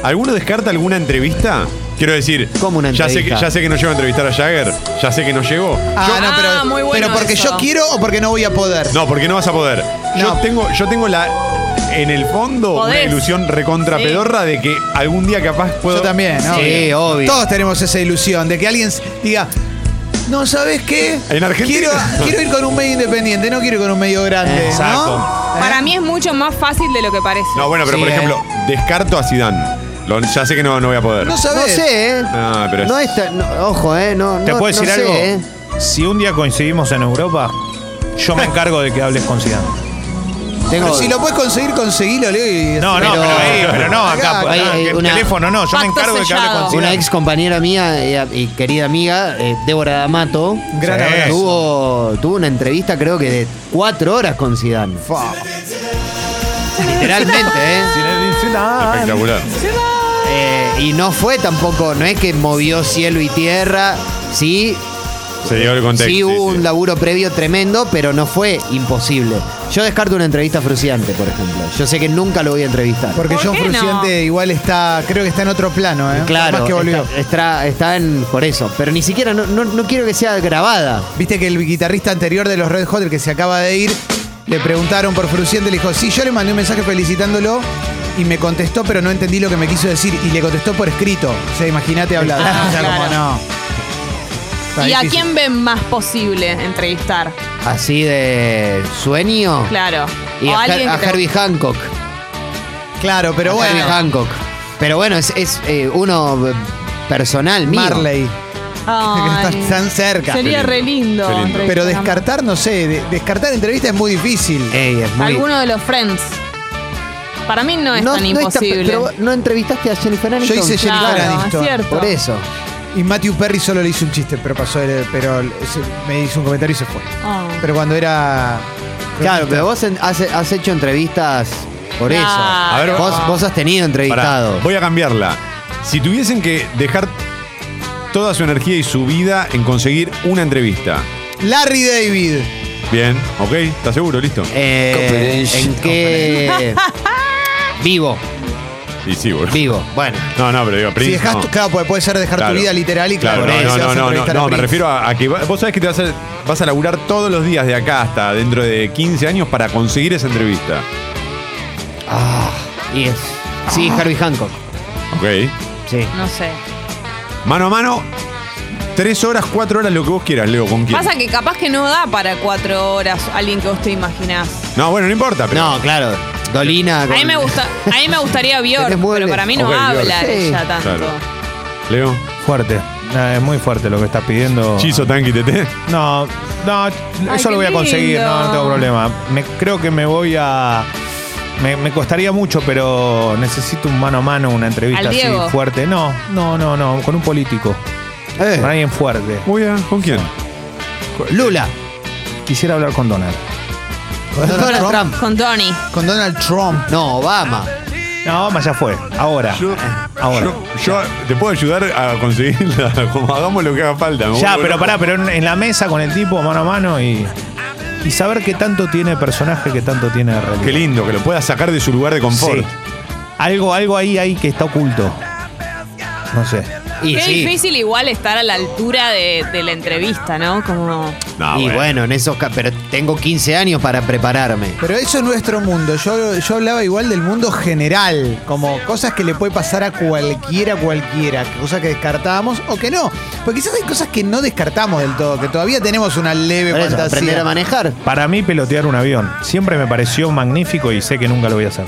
E: ¿Alguno descarta alguna entrevista? Quiero decir,
C: ¿Cómo una
E: ya sé, que,
C: entrevista?
E: ya sé que no llego a entrevistar a Jagger, ya sé que no llego.
A: Ah,
B: Yo-
A: no, pero,
B: Ah, muy bueno
A: pero porque
B: eso.
A: yo quiero o porque no voy a poder.
E: No, porque no vas a poder. Yo
A: No.
E: tengo, yo tengo la en el fondo una
B: Podés.
E: ilusión recontra
B: Sí.
E: pedorra de que algún día capaz puedo.
A: Yo también, ¿no?
C: Sí, obvio.
A: Todos tenemos esa ilusión de que alguien s- diga, no, ¿sabes qué?
E: En Argentina.
A: Quiero, quiero ir con un medio independiente, no quiero ir con un medio grande.
D: Exacto.
A: ¿no?
B: Para mí es mucho más fácil de lo que parece.
E: No, bueno, pero
C: Sí,
E: por
C: eh.
E: ejemplo, descarto a Zidane. Lo- ya sé que no, no voy a poder.
A: No
C: No
A: sabes.
C: sé, ¿eh?
E: No, pero es-
C: No está- no, ojo, ¿eh? No,
D: ¿Te
C: no-
D: puedo decir
C: no sé,
D: algo?
C: ¿eh?
D: Si un día coincidimos en Europa, yo me encargo de que hables con Zidane.
C: Tengo,
A: Pero si lo puedes conseguir, conseguilo, Leo. y-
D: No, no, pero,
C: Pero-
D: eh, pero no, acá,
A: Acá,
D: acá,
C: hay- hay
D: que-
C: una-
D: teléfono no, yo me
B: Pacto
D: encargo de que hables
B: sellado.
D: con
C: una
D: Zidane.
C: ex compañera mía eh, y, querida amiga, eh, Débora D'Amato,
A: Gran
D: Sí.
A: abrazo.
C: tuvo, tuvo una entrevista creo que de cuatro horas con Zidane. Literalmente, ¿eh?
E: Espectacular.
C: Eh, Y no fue tampoco, no es que movió cielo y tierra, sí,
E: Se dio el contexto.
C: sí
E: sí,
C: hubo
E: sí.
C: un laburo previo tremendo, pero no fue imposible. Yo descarto una entrevista fruciante, por ejemplo. Yo sé que nunca lo voy a entrevistar.
A: Porque
B: ¿Por
A: John
B: qué no?
A: Fruciante igual está, creo que está en otro plano, ¿eh?
C: Claro,
A: Más que volvió.
C: está, está- está en, por eso. Pero ni siquiera, no, no- no quiero que sea grabada.
A: Viste que el guitarrista anterior de los Red Hot, el que se acaba de ir, le preguntaron por Fruciante, le dijo, sí, yo le mandé un mensaje felicitándolo y me contestó, pero no entendí lo que me quiso decir y le contestó por escrito. O sea, imagínate hablar.
B: Ah,
A: O sea,
B: claro.
A: como no. Está
B: ¿Y a
A: difícil.
B: quién ven más posible entrevistar?
C: Así de sueño.
B: Claro.
C: Y
B: o
C: a, Her-
B: alguien
C: a
B: que-
C: Herbie Hancock.
A: Claro, pero
C: A
A: bueno.
C: Herbie Hancock. Pero bueno, es, es, eh, uno eh, personal mío.
A: Marley,
B: Ay,
A: que está tan cerca.
B: Sería re lindo.
E: Qué lindo.
A: Pero
B: entrevistar a-
A: descartar, no sé, de- descartar entrevista es muy difícil.
C: Ey, es muy-
B: Alguno de los Friends. Para mí no es tan
C: está-
B: imposible.
C: pero no entrevistaste a Jennifer
A: Yo
C: Aniston.
A: hice Jennifer
B: Claro,
A: Aniston.
B: es cierto.
C: Por eso.
A: Y Matthew Perry solo le hizo un chiste, pero pasó, el- pero se- me hizo un comentario y se fue.
B: Ah.
A: Pero cuando era.
C: Claro, pero vos en- has, has hecho entrevistas por eso.
B: Claro.
E: A ver,
C: vos, vos has tenido
E: Pará,
C: entrevistado.
E: voy a cambiarla. Si tuviesen que dejar toda su energía y su vida en conseguir una entrevista.
A: Larry David.
E: Bien, ok, ¿estás seguro? Listo.
C: Eh, ¿En qué? vivo,
E: Y sí, boludo.
C: vivo. Bueno.
E: No, no, pero digo,
A: Si
E: Prince.
A: dejas
E: no.
A: tu- claro, porque puede ser dejar
E: Claro.
A: tu vida literal y claro,
E: Claro,
A: por ahí
E: no,
A: se
E: no,
A: vas a
E: no, no,
A: entrevistar a
E: no, me
A: Prince.
E: refiero a, a que va- vos sabés que te vas a, vas a laburar todos los días de acá hasta dentro de 15 años para conseguir esa entrevista.
C: Ah, y es. Sí, Harvey Hancock.
E: Ok.
C: Sí.
B: No sé.
E: Mano a mano, tres horas, cuatro horas, lo que vos quieras, Leo, ¿con quién?
B: Pasa que capaz que no da para cuatro horas alguien que vos te imaginás.
E: No, bueno, no importa, pero.
C: No, claro. Dolina.
B: A mí me, gusta, a mí me gustaría Bjork,
C: Ah, Tenés
B: pero
C: muebles.
B: para mí no
E: Ok, Bjork.
B: habla
C: Sí.
B: ella tanto.
E: Claro. Leo,
D: Fuerte, Ah, es muy fuerte lo que estás pidiendo.
E: Chizo, Tanqui, Tete.
D: No, no, eso
B: qué
D: lo voy a conseguir, no, no
B: lindo.
D: tengo problema. Me, creo que me voy a. Me, me costaría mucho, pero necesito un mano a mano, una entrevista
B: Al
D: así
B: Diego.
D: fuerte. No, no, no, no, con un político,
C: Eh,
D: con alguien fuerte.
E: Muy bien, ¿con quién?
C: Lula.
D: Quisiera hablar con Donald.
A: Con Donald,
C: Donald
A: Trump.
C: Trump.
B: Con Tony.
A: Con Donald Trump.
C: No, Obama.
D: No, más ya fue. Ahora. Ahora.
E: Yo, yo te puedo ayudar a conseguirla, como hagamos lo que haga falta. me
D: ya,
E: vuelvo
D: pero
E: loco.
D: pará, pero en, en la mesa con el tipo mano a mano y. y saber qué tanto tiene de personaje, qué tanto tiene de realidad.
E: Qué lindo, que lo pueda sacar de su lugar de confort.
D: Sí. Algo, algo ahí, ahí que está oculto. No sé.
C: Y
B: Qué
C: sí.
B: difícil igual estar a la altura de, de la entrevista, ¿no? Como.
E: No,
C: y bueno. en esos ca- pero tengo 15 años para prepararme.
A: Pero eso es nuestro mundo. Yo, yo hablaba igual del mundo general, como cosas que le puede pasar a cualquiera, cualquiera, cosas que descartamos o que no. Porque quizás hay cosas que no descartamos del todo, que todavía tenemos una leve
C: Por eso, aprender
A: fantasía.
C: a manejar.
D: Para mí, pelotear un avión siempre me pareció magnífico y sé que nunca lo voy a hacer.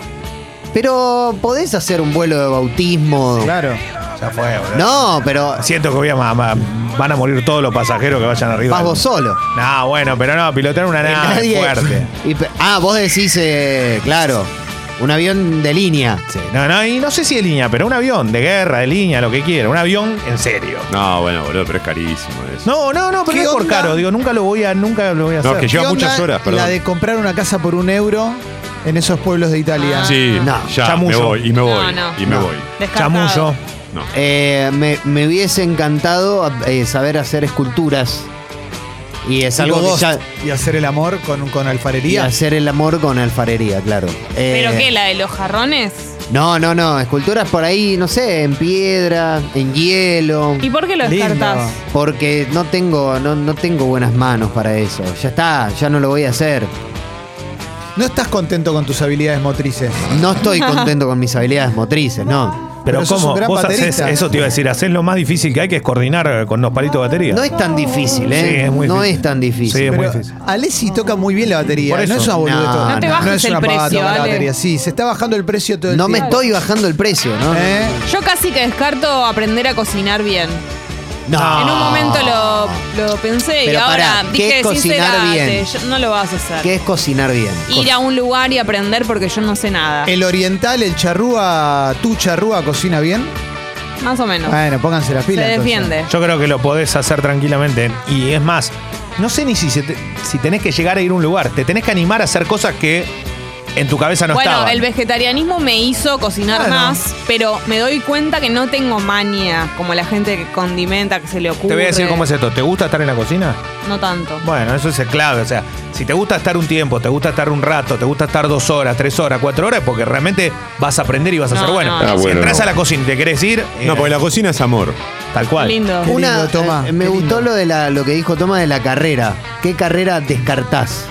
C: Pero podés hacer un vuelo de bautismo.
A: Claro.
D: Ya fue, boludo.
C: No, pero
D: Siento que voy a ma- ma- van a morir todos los pasajeros que vayan arriba.
C: vas vos solo.
D: No, bueno, pero no, pilotear una
C: Que
D: nave Ah, es fuerte.
C: y pe- ah, vos decís, eh, claro, un avión de línea.
D: Sí, no, no, y no sé si de línea, pero un avión, de guerra, de línea, lo que quiera. Un avión en serio.
E: No, bueno, boludo, pero es carísimo eso.
D: No, no, no, pero
A: ¿Qué
D: no es por
A: onda?
D: caro. Digo, nunca lo voy a, nunca lo voy a
E: No,
D: hacer.
E: que lleva
A: ¿Qué onda
E: muchas horas,
A: La
E: perdón.
A: de comprar una casa por un euro en esos pueblos de Italia.
E: Ah, Sí,
C: No,
E: ya, me
D: chamuyo.
E: voy, y me
B: No,
E: voy,
B: no.
E: y me
C: No.
E: voy.
B: descartado.
D: Chamullo.
E: No.
C: Eh, me, me hubiese encantado eh, saber hacer esculturas. Y es
A: Tipo
C: algo que
A: Ghost,
C: ya.
A: Y hacer el amor con, con
C: y
A: alfarería.
C: hacer el amor con alfarería, claro. Eh,
B: ¿Pero qué? ¿La de los jarrones?
C: No, no, no. Esculturas por ahí, no sé, en piedra, en hielo.
B: ¿Y por qué lo
A: Lindo.
B: descartás?
C: Porque no tengo, no, no tengo buenas manos para eso. Ya está, ya no lo voy a hacer.
A: No estás contento con tus habilidades motrices.
C: No estoy contento con mis habilidades motrices, no.
D: Pero,
A: Pero sos
D: ¿cómo?
A: un gran
D: Vos haces,
A: baterista.
D: eso te iba a decir, haces lo más difícil que hay, que es coordinar eh, con los palitos de batería.
C: No es tan difícil, ¿eh?
D: Sí, es muy
C: no
D: difícil.
C: es tan difícil.
D: Sí, es muy
A: Pero
D: difícil.
A: Alessi toca muy bien la batería.
D: Por eso.
A: No es una boludez
C: No,
A: tocar.
C: no te
B: bajes
A: es
B: el
A: una pavada
B: precio,
A: tocar la
B: Ale.
A: batería. Sí, se está bajando el precio todo el
C: No me
A: tiempo.
C: estoy bajando el precio, ¿no?
A: ¿Eh?
B: Yo casi que descarto aprender a cocinar bien.
C: No.
B: En un momento lo, lo pensé y
C: Ah. Pero
B: ahora
C: pará, ¿qué
B: dije,
C: es cocinar
B: sincerate,
C: bien?
B: yo- no lo vas a hacer.
C: ¿Qué es cocinar bien?
B: Ir a un lugar y aprender porque yo no sé nada.
A: El oriental, el charrúa, tu charrúa cocina bien.
B: Más o menos.
A: Bueno, pónganse las
B: Se
A: pilas. Ah, entonces.
B: defiende.
D: Yo creo que lo podés hacer tranquilamente. Y es más, no sé ni si, se te- si tenés que llegar a ir a un lugar. Te tenés que animar a hacer cosas que en tu cabeza no
B: bueno,
D: estaban.
B: el vegetarianismo me hizo cocinar
A: Bueno.
B: más, pero me doy cuenta que no tengo manía, como la gente que condimenta, que se le ocurre.
D: Te voy a decir cómo es esto. ¿Te gusta estar en la cocina?
B: No tanto.
D: Bueno, eso es clave. O sea, si te gusta estar un tiempo, te gusta estar un rato, te gusta estar dos horas, tres horas, cuatro horas, porque realmente vas a aprender y vas a
B: No,
D: ser bueno.
B: no, no.
E: Ah,
D: si
E: bueno,
D: entras
E: no.
D: a la cocina y te querés ir, eh,
E: No, porque la cocina es amor.
D: tal cual.
B: Lindo.
A: Qué
C: Una,
A: lindo, Tomá,
C: eh, me
A: qué
C: gustó
A: lindo.
C: lo de la, lo que dijo Toma de la carrera. ¿Qué carrera descartás?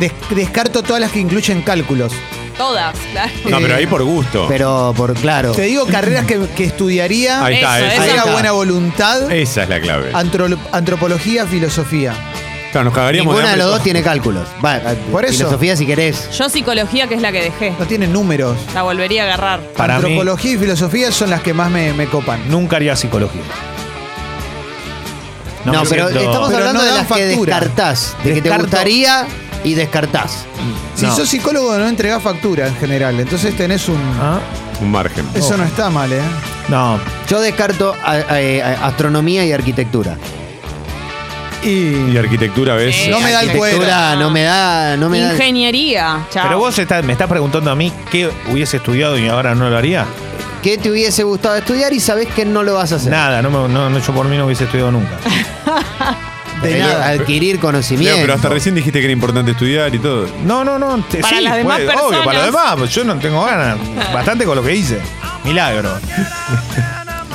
A: Des- descarto todas las que incluyen cálculos.
B: Todas, claro.
E: No,
A: Eh,
E: pero ahí por gusto.
C: Pero por claro.
A: Te digo carreras que, que estudiaría.
E: Ahí
A: si
E: está,
B: Eso,
E: esa,
B: eso.
A: hubiera
C: está.
A: buena voluntad.
E: esa es la clave.
A: antrolo- antropología, filosofía.
E: Claro, nos cagaríamos
C: Ninguna de los
E: hambre.
C: dos tiene cálculos. Va, eh,
A: Por eso.
C: Filosofía si querés.
B: Yo psicología, que es la que dejé.
A: No tienen números.
B: La volvería a agarrar.
D: Para mí,
A: antropología y filosofía son las que más me, me copan.
D: nunca haría psicología.
C: No,
D: me
C: pero
D: siento-
C: estamos
A: Pero
C: hablando
A: no
C: de
A: dan
C: las que
A: factura.
C: descartás. De que te
D: Descarto.
C: gustaría y descartás.
A: Si
D: No.
A: sos psicólogo no entregás factura en general, entonces tenés un...
D: ¿Ah?
E: Un margen.
A: Eso no está mal, ¿eh?
D: No,
C: Yo descarto a- a- a- astronomía y arquitectura.
E: Y
A: Y...
E: arquitectura, ¿ves?
B: Sí.
A: No me da el
B: Arquitectura.
A: cuero.
C: Arquitectura no me da. No me da
B: Ingeniería. Chao.
D: pero vos estás- me estás preguntando a mí qué hubiese estudiado y ahora no lo haría.
C: ¿Qué te hubiese gustado estudiar y sabés que no lo vas a hacer?
D: Nada, no, me- no- no, yo por mí no hubiese estudiado nunca.
A: De
C: Eh,
A: nada.
C: Adquirir
E: Leo,
C: conocimiento.
E: pero hasta recién dijiste que era importante estudiar y todo.
D: No, no, no. te-
B: Para las demás
D: Obvio, para los
B: personas.
D: demás. Yo no tengo ganas. Bastante con lo que hice. Milagro.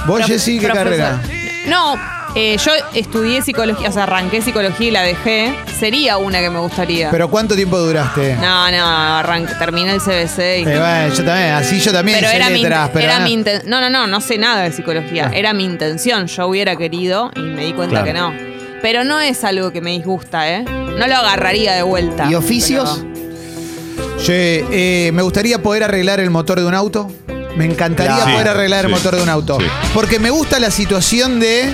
A: Vos,
B: Pro-
A: Jessy, ¿qué
B: profesor.
A: carrera?
B: No, eh, yo estudié psicología, o sea, arranqué psicología y la dejé. Sería una que me gustaría.
A: ¿Pero cuánto tiempo duraste?
B: no, no, arranqué, terminé el CBC y...
A: Eh, bueno, yo también, así yo también
B: pero
A: hice
B: era, mi,
A: letras, pero
B: era
A: no. Ah.
B: mi inten- No, no, no, no sé nada de psicología. Era mi intención. Yo hubiera querido y me di cuenta
D: Claro.
B: que no. Pero no es algo que me disgusta, ¿eh? No lo agarraría de vuelta.
C: ¿Y oficios?
B: pero-
A: Che, eh, me gustaría poder arreglar el motor de un auto. Me encantaría
E: Claro.
A: poder
E: Sí,
A: arreglar el
E: sí,
A: motor de un auto.
E: sí.
A: Porque me gusta la situación de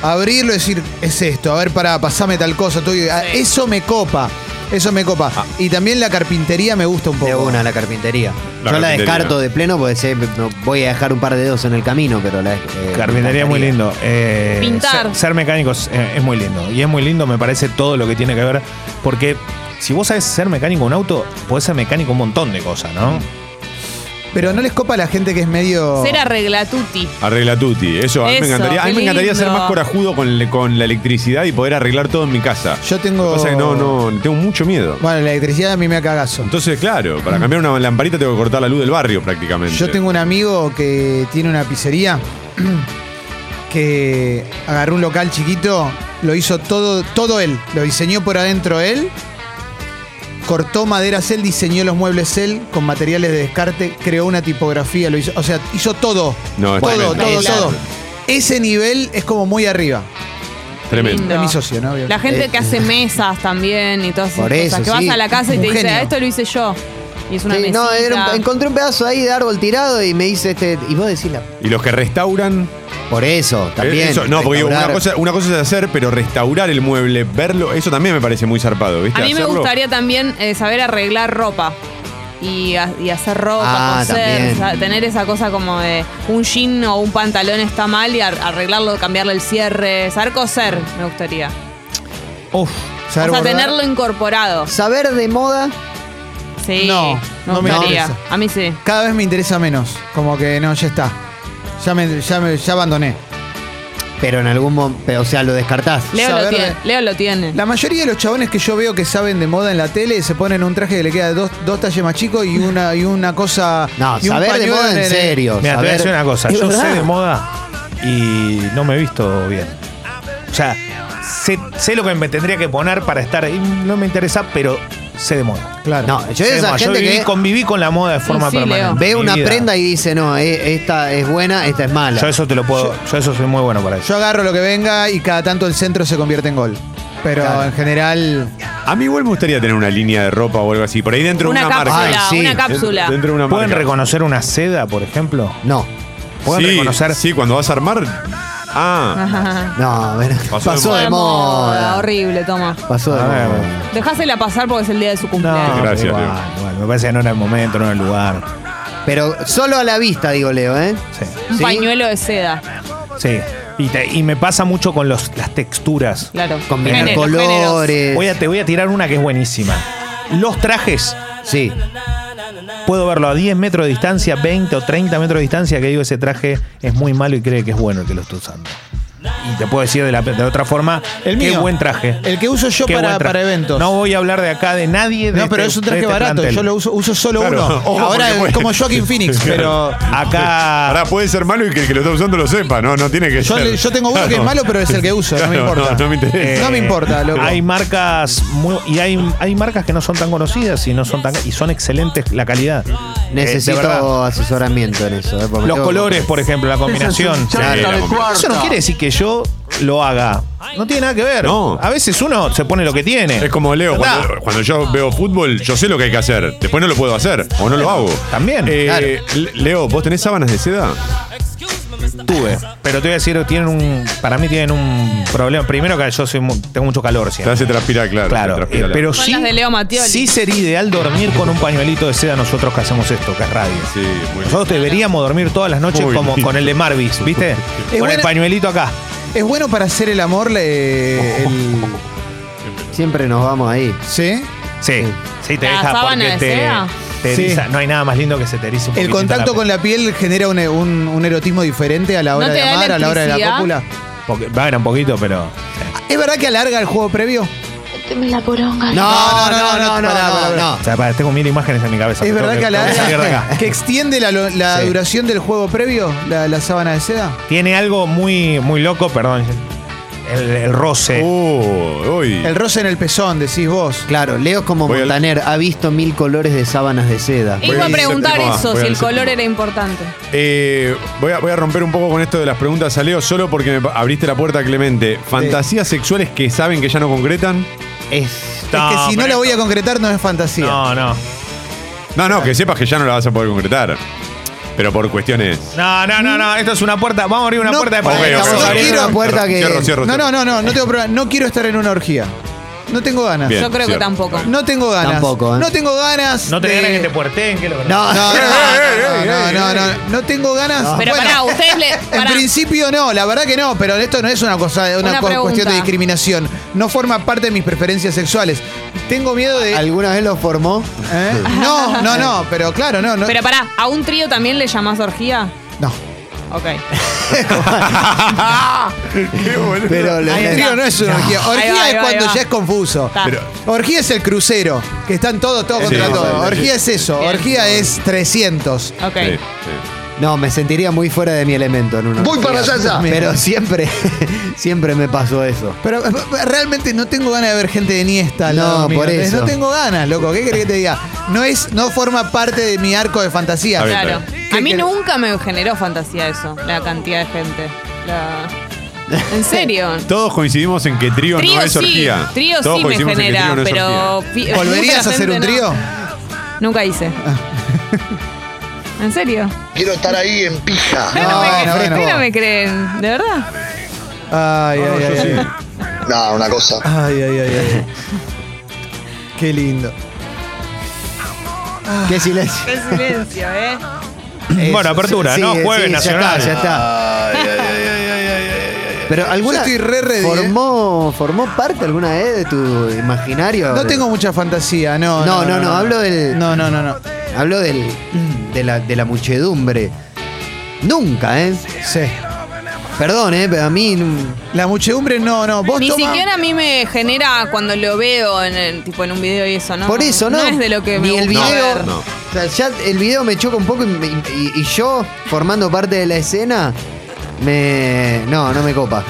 A: abrirlo y decir, es esto, a ver, para pasame tal cosa. todo y- ah, Eso me copa. Eso me copa. Y también la carpintería me gusta un poco.
C: De una, la carpintería.
E: La
C: Yo la
E: carpintería.
C: descarto de pleno porque sé, no, voy a dejar un par de dedos en el camino, pero la. eh,
D: Carpintería es muy lindo. Eh,
B: Pintar.
D: Ser, ser mecánico es, eh, es muy lindo. Y es muy lindo, me parece, todo lo que tiene que ver. Porque si vos sabes ser mecánico de un auto, podés ser mecánico de un montón de cosas, ¿no?
A: Pero no les copa a la gente que es medio.
B: Ser arreglatuti.
E: Arregla tutti. Eso, a mí me
B: Eso,
E: encantaría. A mí
B: qué
E: me encantaría ser
B: lindo.
E: más corajudo con, le- con la electricidad y poder arreglar todo en mi casa.
A: Yo tengo-
E: Lo que pasa es que no, no, tengo mucho miedo.
A: Bueno, la electricidad a mí me da cagazo.
E: Entonces, claro, para cambiar una lamparita tengo que cortar la luz del barrio prácticamente.
A: Yo tengo un amigo que tiene una pizzería que agarró un local chiquito, lo hizo todo, todo él, lo diseñó por adentro él, cortó maderas él, diseñó los muebles él, con materiales de descarte, creó una tipografía, lo hizo, o sea, hizo todo,
E: No, es
A: todo,
E: tremendo.
A: todo,
E: Claro.
A: todo. Ese nivel es como muy arriba.
E: Tremendo.
B: Lindo.
A: Es mi socio, ¿no? Obvio.
B: La gente que hace mesas también y todas esas
C: Eh, Por
B: cosas.
C: eso,
B: Que vas
C: sí.
B: a la casa y
A: Un
B: te dice,
A: genio.
B: "Ah, esto lo hice yo. Y es una
C: Sí, no,
B: mesita.
C: era un- encontré un pedazo ahí de árbol tirado y me dice este. Y vos decís la.
E: Y los que restauran. eh,
C: Por eso,
D: Eh,
C: también.
E: Eso, no, porque digo, una
C: restaurar.
E: cosa, una cosa es hacer, pero restaurar el mueble, verlo, eso también me parece muy zarpado, ¿viste?
B: A mí me
E: Hacerlo.
B: gustaría también eh, saber arreglar ropa. Y, ha- y hacer
C: Ah,
B: ropa, coser,
C: también.
B: sa- tener esa cosa como de un jean o un pantalón está mal y ar- arreglarlo, cambiarle el cierre, saber coser, me gustaría.
A: Uf,
B: O
A: saber
B: sea,
A: bordar.
B: tenerlo incorporado.
C: Saber de moda.
B: Sí,
A: No,
B: me
A: no me
B: gustaría.
A: interesa.
B: A mí sí.
A: Cada vez me interesa menos, como que no, ya está. Ya, me, ya, me- ya abandoné.
C: Pero en algún momento. O sea, lo descartás.
B: Leo lo
A: Saber de-
B: tiene. Leo lo tiene.
A: La mayoría de los chabones que yo veo que saben de moda en la tele se ponen un traje que le queda dos, dos talles más chicos y una, y una cosa.
C: No,
A: y un
C: saber de
A: pañuelo
C: moda en,
A: el-
C: serio.
D: Mira, te voy a
C: saber-
D: decir una cosa.
C: Es
D: Yo sé
C: verdad.
D: de moda y no me he visto bien. O sea, sé, sé lo que me tendría que poner para estar. y no me interesa, pero sé de moda.
A: Claro.
C: No, yo
D: Sé de
C: esa
D: moda.
C: gente
D: viví-
C: que-
D: conviví con la moda de forma
B: sí, Leo.
D: permanente.
C: Ve
D: Mi
C: una
D: vida.
C: prenda y dice, no, eh, esta es buena, esta es mala.
D: Yo eso te lo puedo. Yo, eso soy muy bueno para eso.
A: Yo agarro lo que venga y cada tanto el centro se convierte en gol. Pero
C: Claro.
A: en general.
E: A mí igual me gustaría tener una línea de ropa o algo así, por ahí dentro de
B: Una
E: una marca.
B: cápsula,
C: Ay, sí.
B: una cápsula.
E: Dentro de una
D: ¿Pueden
E: marca.
D: reconocer una seda, por ejemplo?
C: No,
D: ¿Pueden
E: sí,
D: reconocer?
E: Sí, cuando vas a armar. Ah,
B: Ajá.
C: no, bueno,
E: Pasó
C: pasó,
E: de
C: de, moda.
B: Horrible, toma.
C: Pasó de
D: A ver.
C: moda.
B: Dejásela pasar porque es el día de su
D: No,
B: cumpleaños.
E: Gracias,
D: igual,
E: Leo.
D: igual, me parece que no era el momento, no era el lugar.
C: Pero solo a la vista, digo Leo, ¿eh?
D: Sí.
B: Un
C: ¿Sí?
B: pañuelo de seda.
D: Sí. Y, te- y me pasa mucho con los, las texturas.
B: Claro.
C: Combinar
B: Género, géneros.
C: colores.
D: Voy a- te voy a tirar una que es buenísima. Los trajes,
C: Sí.
D: puedo verlo a 10 metros de distancia, 20 o 30 metros de distancia, que digo, ese traje es muy malo y cree que es bueno el que lo está usando. Y te puedo decir de, la, de otra forma,
A: El
D: qué
A: mío.
D: buen traje.
A: El que uso yo
D: Qué
A: para-
D: buen traje.
A: para eventos.
D: No voy a hablar de acá de nadie. De
A: No, pero
D: este-
A: es un
D: de
A: traje
D: este
A: barato.
D: plantel.
A: Yo lo uso, uso solo
E: Claro.
A: uno.
E: Ojo,
A: Ahora
E: porque puede- Ah,
A: es como Joaquin Phoenix, pero.
D: Acá.
E: Ahora puede ser malo y que el que lo está usando lo sepa, ¿no? No tiene que
A: Yo,
E: ser.
A: le- yo tengo uno que es
E: Claro.
A: malo, pero es el que uso, no me
E: Claro,
A: importa.
E: no, no me interesa.
A: No me importa, loco.
D: eh, Hay marcas muy- y hay, hay marcas que no son tan conocidas y no son tan y son excelentes la calidad. Eh, de verdad.
C: Necesito asesoramiento en eso. ¿eh? porque
D: los
C: tengo-
D: colores, por ejemplo, la combinación.
E: Sí, la combinación.
D: Eso no quiere decir que yo lo haga. No tiene nada que ver.
E: No.
D: A veces uno se pone lo que tiene.
E: Es como Leo,
D: ¿Verdad?
E: cuando, cuando yo veo fútbol, yo sé lo que hay que hacer. Después no lo puedo hacer o no lo hago.
D: También,
E: Eh,
D: claro.
E: Le- Leo, ¿vos tenés sábanas de seda?
D: Tuve. Pero te voy a decir, tienen un. Para mí tienen un problema. Primero que yo soy mu- tengo mucho calor
E: Te
D: siempre.
E: hace transpirar, claro. te
D: Claro,
E: transpira
D: eh,
E: la-
D: pero
B: Son
D: sí,
B: las de Leo Mattioli.
D: sí sería ideal dormir con un pañuelito de seda nosotros que hacemos esto, que es radio.
E: Sí, muy bien.
D: Nosotros deberíamos dormir todas las noches
E: Muy
D: como
E: bien.
D: con el de Marvis, ¿viste? con el
A: buena-
D: pañuelito acá.
A: Es bueno para hacer el amor, le- el-
C: Siempre nos vamos ahí.
A: ¿sí?
D: Sí, sí, te
B: ¿La
D: deja
B: sábana
D: porque
B: de
D: te,
B: seda?
D: te
A: Sí.
D: eriza. No hay nada más lindo que se te erice un
A: El
D: poquitito
A: contacto con la piel genera un, un- un erotismo diferente a la hora
B: ¿No te
A: de
B: da
A: amar, a la hora de la
B: electricidad?
A: cópula.
D: Porque, va, era un poquito, pero...
A: ¿Es verdad que alarga el juego previo?
F: Méteme Este la poronga.
C: No,
A: no,
C: no, no, no,
A: no, pará, pará,
C: no,
A: pará.
C: no.
D: O sea, para, tengo mil imágenes en mi cabeza.
A: Ah. ¿Es
D: Tengo
A: verdad que
D: tengo salir de
A: alarga?
D: acá.
A: ¿Que extiende la, lo- la
D: Sí.
A: duración del juego previo, la, la sábana de seda?
D: Tiene algo muy, muy loco, perdón. El, el roce.
A: Uh,
E: Oh, uy.
A: El roce en el pezón, decís vos.
C: Claro, Leo es como
E: Voy al-
C: Montaner, ha visto mil colores de sábanas de seda.
E: Voy
B: E Iba a
E: al
B: preguntar
E: séptimo A,
B: eso,
E: voy
B: si
E: al
B: el color
E: séptimo.
B: era importante.
E: Eh, voy, a, voy a romper un poco con esto de las preguntas a Leo solo porque me pa- abriste la puerta, Clemente. ¿Fantasías sexuales que saben que ya no concretan?
C: Es
D: No,
A: es que si no
D: pero
A: la voy a
D: esto-
A: concretar no es fantasía.
D: No, no.
E: No, no, que sepas que ya no la vas a poder concretar. Pero por cuestiones.
D: No, no, no, no. Esto es una puerta. Vamos a abrir una
A: No,
D: puerta de
A: ok,
D: pareja.
A: ok,
D: Vamos a
A: ok.
D: abrir-
C: quiero- puerta que-
E: Cierro, cierro,
A: No,
E: cierro.
A: no, no, no, no tengo problema. No quiero estar en una orgía. No tengo ganas.
E: Bien,
B: Yo creo que
E: cierto.
B: tampoco.
A: No tengo ganas.
C: Tampoco, ¿eh?
A: No tengo ganas.
D: No te
A: de-
D: ganas que te puerteen, que es lo que
C: No,
A: eh, No, no, no,
C: no,
A: no, no, no, no, no tengo ganas.
B: Pero
A: Bueno,
B: pará, ustedes le.
A: En
B: pará.
A: principio no, la verdad que no, pero esto no es una cosa, una,
B: Una
A: cu- cuestión
B: pregunta.
A: de discriminación. No forma parte de mis preferencias sexuales. Tengo miedo de.
C: ¿Alguna vez lo formó?
A: ¿Eh? No, no, no, pero claro, no, no.
B: Pero pará, ¿a un trío también le llamás orgía?
A: no.
B: Ok.
C: Pero lo-
A: El trío no es una orgía.
B: Ahí
A: Orgía
B: va, ahí
A: es
B: va,
A: cuando
B: ahí va.
A: ya es confuso.
B: Está.
E: Pero-
A: Orgía es el crucero, que están todos, todos
E: Sí,
A: contra
E: sí,
A: todos.
E: sí, sí.
A: Orgía es eso,
B: Bien.
A: orgía es 300.
B: ok.
E: Sí,
C: No, me sentiría muy fuera de mi elemento en una.
A: Voy
C: orgía.
A: para allá, ya.
C: Pero siempre, siempre me pasó eso.
A: Pero eh, realmente no tengo ganas de ver gente de Niesta. al
C: No,
A: lado mío.
C: por eso.
A: No tengo ganas, loco. ¿Qué querés que te diga? No es, no forma parte de mi arco de fantasía.
E: Está bien,
B: Claro.
A: ¿Qué
B: A mí
A: querés?
B: nunca me generó fantasía eso, la cantidad de gente. La- En serio.
E: sí. Todos coincidimos en que trío,
B: Trío
E: no es
B: sí,
E: orgía.
B: trío
E: Todos
B: sí me
E: coincidimos en que
B: genera,
E: trío no es
B: pero...
E: orgía.
B: fi- mucha
A: ¿Volverías a hacer
B: gente
A: un
B: no.
A: trío?
B: Nunca hice. ¿En serio?
G: Quiero estar ahí en pija.
B: No,
A: No,
B: me creen,
A: no,
B: ustedes
A: no.
B: no me creen, ¿de verdad?
A: Ay,
E: No,
A: ay,
E: yo
A: ay,
E: sí.
G: No, una cosa.
A: ay, ay, ay, ay. Qué lindo.
C: Qué silencio.
B: Qué silencio, ¿eh?
D: Bueno, apertura, ¿no? Jueves
C: ya
D: Nacional.
C: está, ya está. Pero
A: Yo
C: alguna
A: estoy re ready, ¿eh?
C: formó, formó parte alguna vez de tu imaginario.
A: No tengo mucha fantasía, no.
C: No, no, no, hablo del-
A: No, no, no, no.
C: Hablo del, de, la, de la muchedumbre. Nunca, ¿eh?
A: Sí.
C: Perdón, ¿eh? Pero a mí. n-
A: La muchedumbre, no, no. Vos
B: Ni
A: toma-
B: siquiera a mí me genera cuando lo veo en, el- tipo, en un video y eso, ¿no?
C: por eso, ¿no?
B: No es de lo que
C: Ni
B: me
C: el
B: gusta
C: video.
B: ver.
E: No.
C: O sea, ya el video me choca un poco y, me- y- y yo, formando parte de la escena, me. No, no me copa.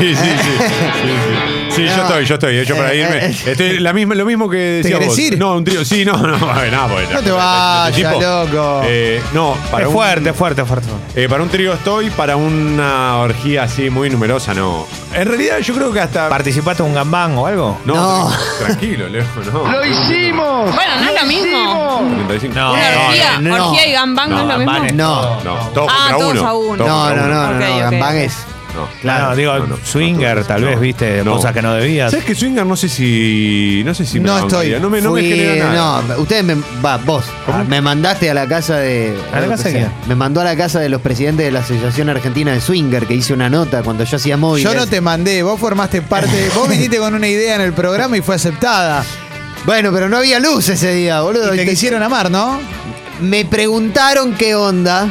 E: Sí, sí, sí. Sí, sí. Sí, yo
C: No.
E: estoy, yo estoy. Yo para
C: Eh,
E: irme.
C: eh,
E: Estoy la misma, lo mismo que decías
A: querés
E: vos.
A: ir?
E: No, un trío. Sí, no, no, a ver, nada, porque-
A: No te vayas,
E: Tipo,
A: loco.
E: eh, no, para
D: es
E: un-
D: fuerte, fuerte, fuerte.
E: eh, para un trío estoy, para una orgía así muy numerosa, no. En realidad yo creo que hasta.
D: ¿Participaste en un gambán o algo?
E: no,
C: No.
E: tranquilo, Leo, no.
B: Bueno, no es lo mismo.
E: 35.
D: No,
B: Una
D: no,
B: orgía,
C: no.
B: orgía y gambang no,
E: No,
B: es lo
D: gambán
B: mismo.
D: es-
C: No.
E: No, todos
B: Ah,
E: contra
B: todos
E: uno.
B: a uno.
E: Todos
C: No,
E: contra
C: no, no,
E: uno.
C: no,
B: Ok,
C: no,
B: ok.
C: Gambang es.
E: No,
D: Claro, digo,
E: no, no,
D: swinger,
E: no,
D: tal
E: no.
D: vez, viste,
E: No.
D: cosas que no debías.
E: ¿Sabes que swinger? No sé si. No sé si me
A: No
E: da un
A: estoy.
E: día. No me, no me
C: Fui-
E: genera nada.
C: no, ustedes me. Va, vos. ah, Me mandaste a la casa de.
D: ¿A la casa de quién?
C: Me mandó a la casa de los presidentes de la Asociación Argentina de Swinger, que hice una nota cuando yo hacía móviles.
A: Yo no te mandé, vos formaste parte. Vos viniste con una idea en el programa y fue aceptada.
C: Bueno, pero no había luz ese día, boludo.
A: Y te
C: Te-
A: quisieron amar, ¿no?
C: Me preguntaron qué onda.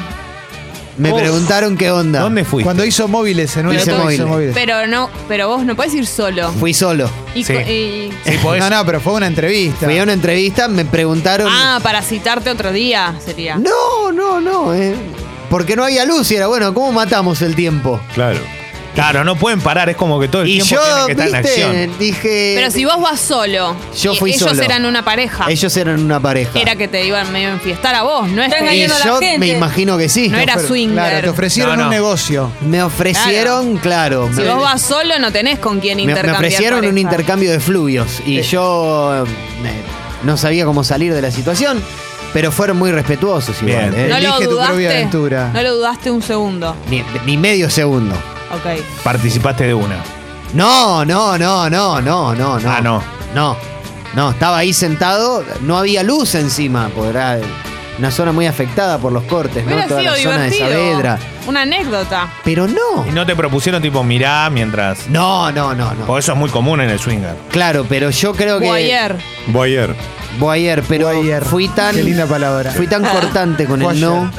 C: Me
D: Uf.
C: preguntaron qué onda.
D: ¿Dónde fuiste?
A: Cuando hizo móviles en una
C: Hice
A: época hizo móviles.
C: móviles.
B: Pero no, pero vos no podés ir solo.
C: Fui solo.
B: Y
D: Sí.
B: co- y-
D: Sí, podés-
A: No, no, pero fue una entrevista.
C: Fui a una entrevista, me preguntaron.
B: ah, para citarte otro día sería.
C: No, no, no. eh, Porque no había luz y era, bueno, ¿cómo matamos el tiempo?
E: Claro.
D: Claro, no pueden parar, es como que todo el
C: Y
D: tiempo
C: yo,
D: tienen que estar en
C: viste,
D: acción.
C: dije.
B: Pero si vos vas solo,
C: Yo
B: y
C: fui
B: ellos
C: solo.
B: eran una pareja.
C: Ellos eran una pareja.
B: Era que te iban medio a enfiestar a vos, no es que-
C: y yo me imagino que sí.
B: No era
A: Pero,
B: swinger.
A: Claro, te ofrecieron
D: No, no.
A: un negocio.
C: Me ofrecieron, claro.
B: Si
C: me,
B: vos vas solo no tenés con quién
C: me- me
B: intercambiar.
C: ofrecieron un
B: pareja.
C: intercambio de fluvios y
A: Eh.
C: yo eh, no sabía cómo salir de la situación, pero fueron muy respetuosos igual.
D: Bien.
C: eh.
B: No
A: Elige
B: lo
A: tu propia
B: dudaste.
A: aventura.
B: No lo dudaste un segundo.
C: Ni, ni medio segundo.
B: Ok.
D: Participaste de una.
C: No, no, no, no, no, no, no.
D: Ah, no.
C: No, no, estaba ahí sentado, no había luz encima, porque era una zona muy afectada por los cortes, ¿no?
B: Hubiera
C: Toda
B: sido
C: la zona de
B: divertido.
C: Saavedra.
B: Una anécdota.
C: Pero no.
D: Y no te propusieron, tipo, mirá mientras.
C: No, no, Oh. no, no.
D: Por eso es muy común en el swinger.
C: Claro, pero yo creo que.
B: O ayer.
E: Voy ayer.
C: Boyer, pero
A: Boyer.
C: fui tan.
A: Qué linda palabra.
C: Fui tan cortante con el
A: Boyer.
C: no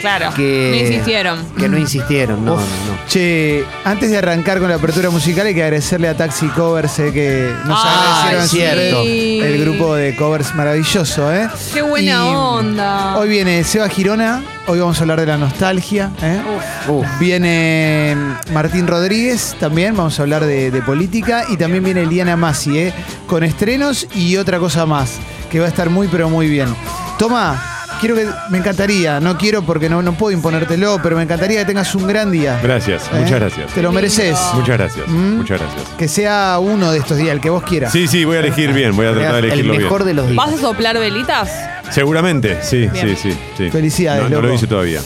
B: Claro.
C: que.
B: No insistieron.
C: Que no insistieron, no,
A: Uf.
C: no, no.
A: Che, antes de arrancar con la apertura musical hay que agradecerle a Taxi Covers eh, que nos
B: Ah,
A: agradecieron en su
C: cierto.
A: red. el grupo de covers maravilloso, ¿eh?
B: Qué buena
A: Y,
B: onda.
A: Hoy viene Seba Girona, hoy vamos a hablar de la nostalgia, ¿eh?
C: Uf.
A: Viene mm, Martín Rodríguez también, vamos a hablar de, de política. Y también viene Eliana Masi, ¿eh? con estrenos y otra cosa más, que va a estar muy, pero muy bien. Toma, quiero que. Me encantaría, no quiero porque no, no puedo imponértelo, pero me encantaría que tengas un gran día.
E: Gracias,
A: ¿eh?
E: muchas gracias.
A: Te lo mereces.
E: Muchas gracias,
A: Mm.
E: muchas gracias.
A: Que sea uno de estos días, el que vos quieras.
E: Sí, sí, voy a elegir bien, voy a tratar de
C: El
E: elegirlo
C: mejor
E: bien.
C: de los días.
B: ¿Vas a soplar velitas?
E: Seguramente, sí,
B: Bien.
E: sí, sí, sí.
A: Felicidades,
E: No, no lo
A: loco.
E: hice todavía.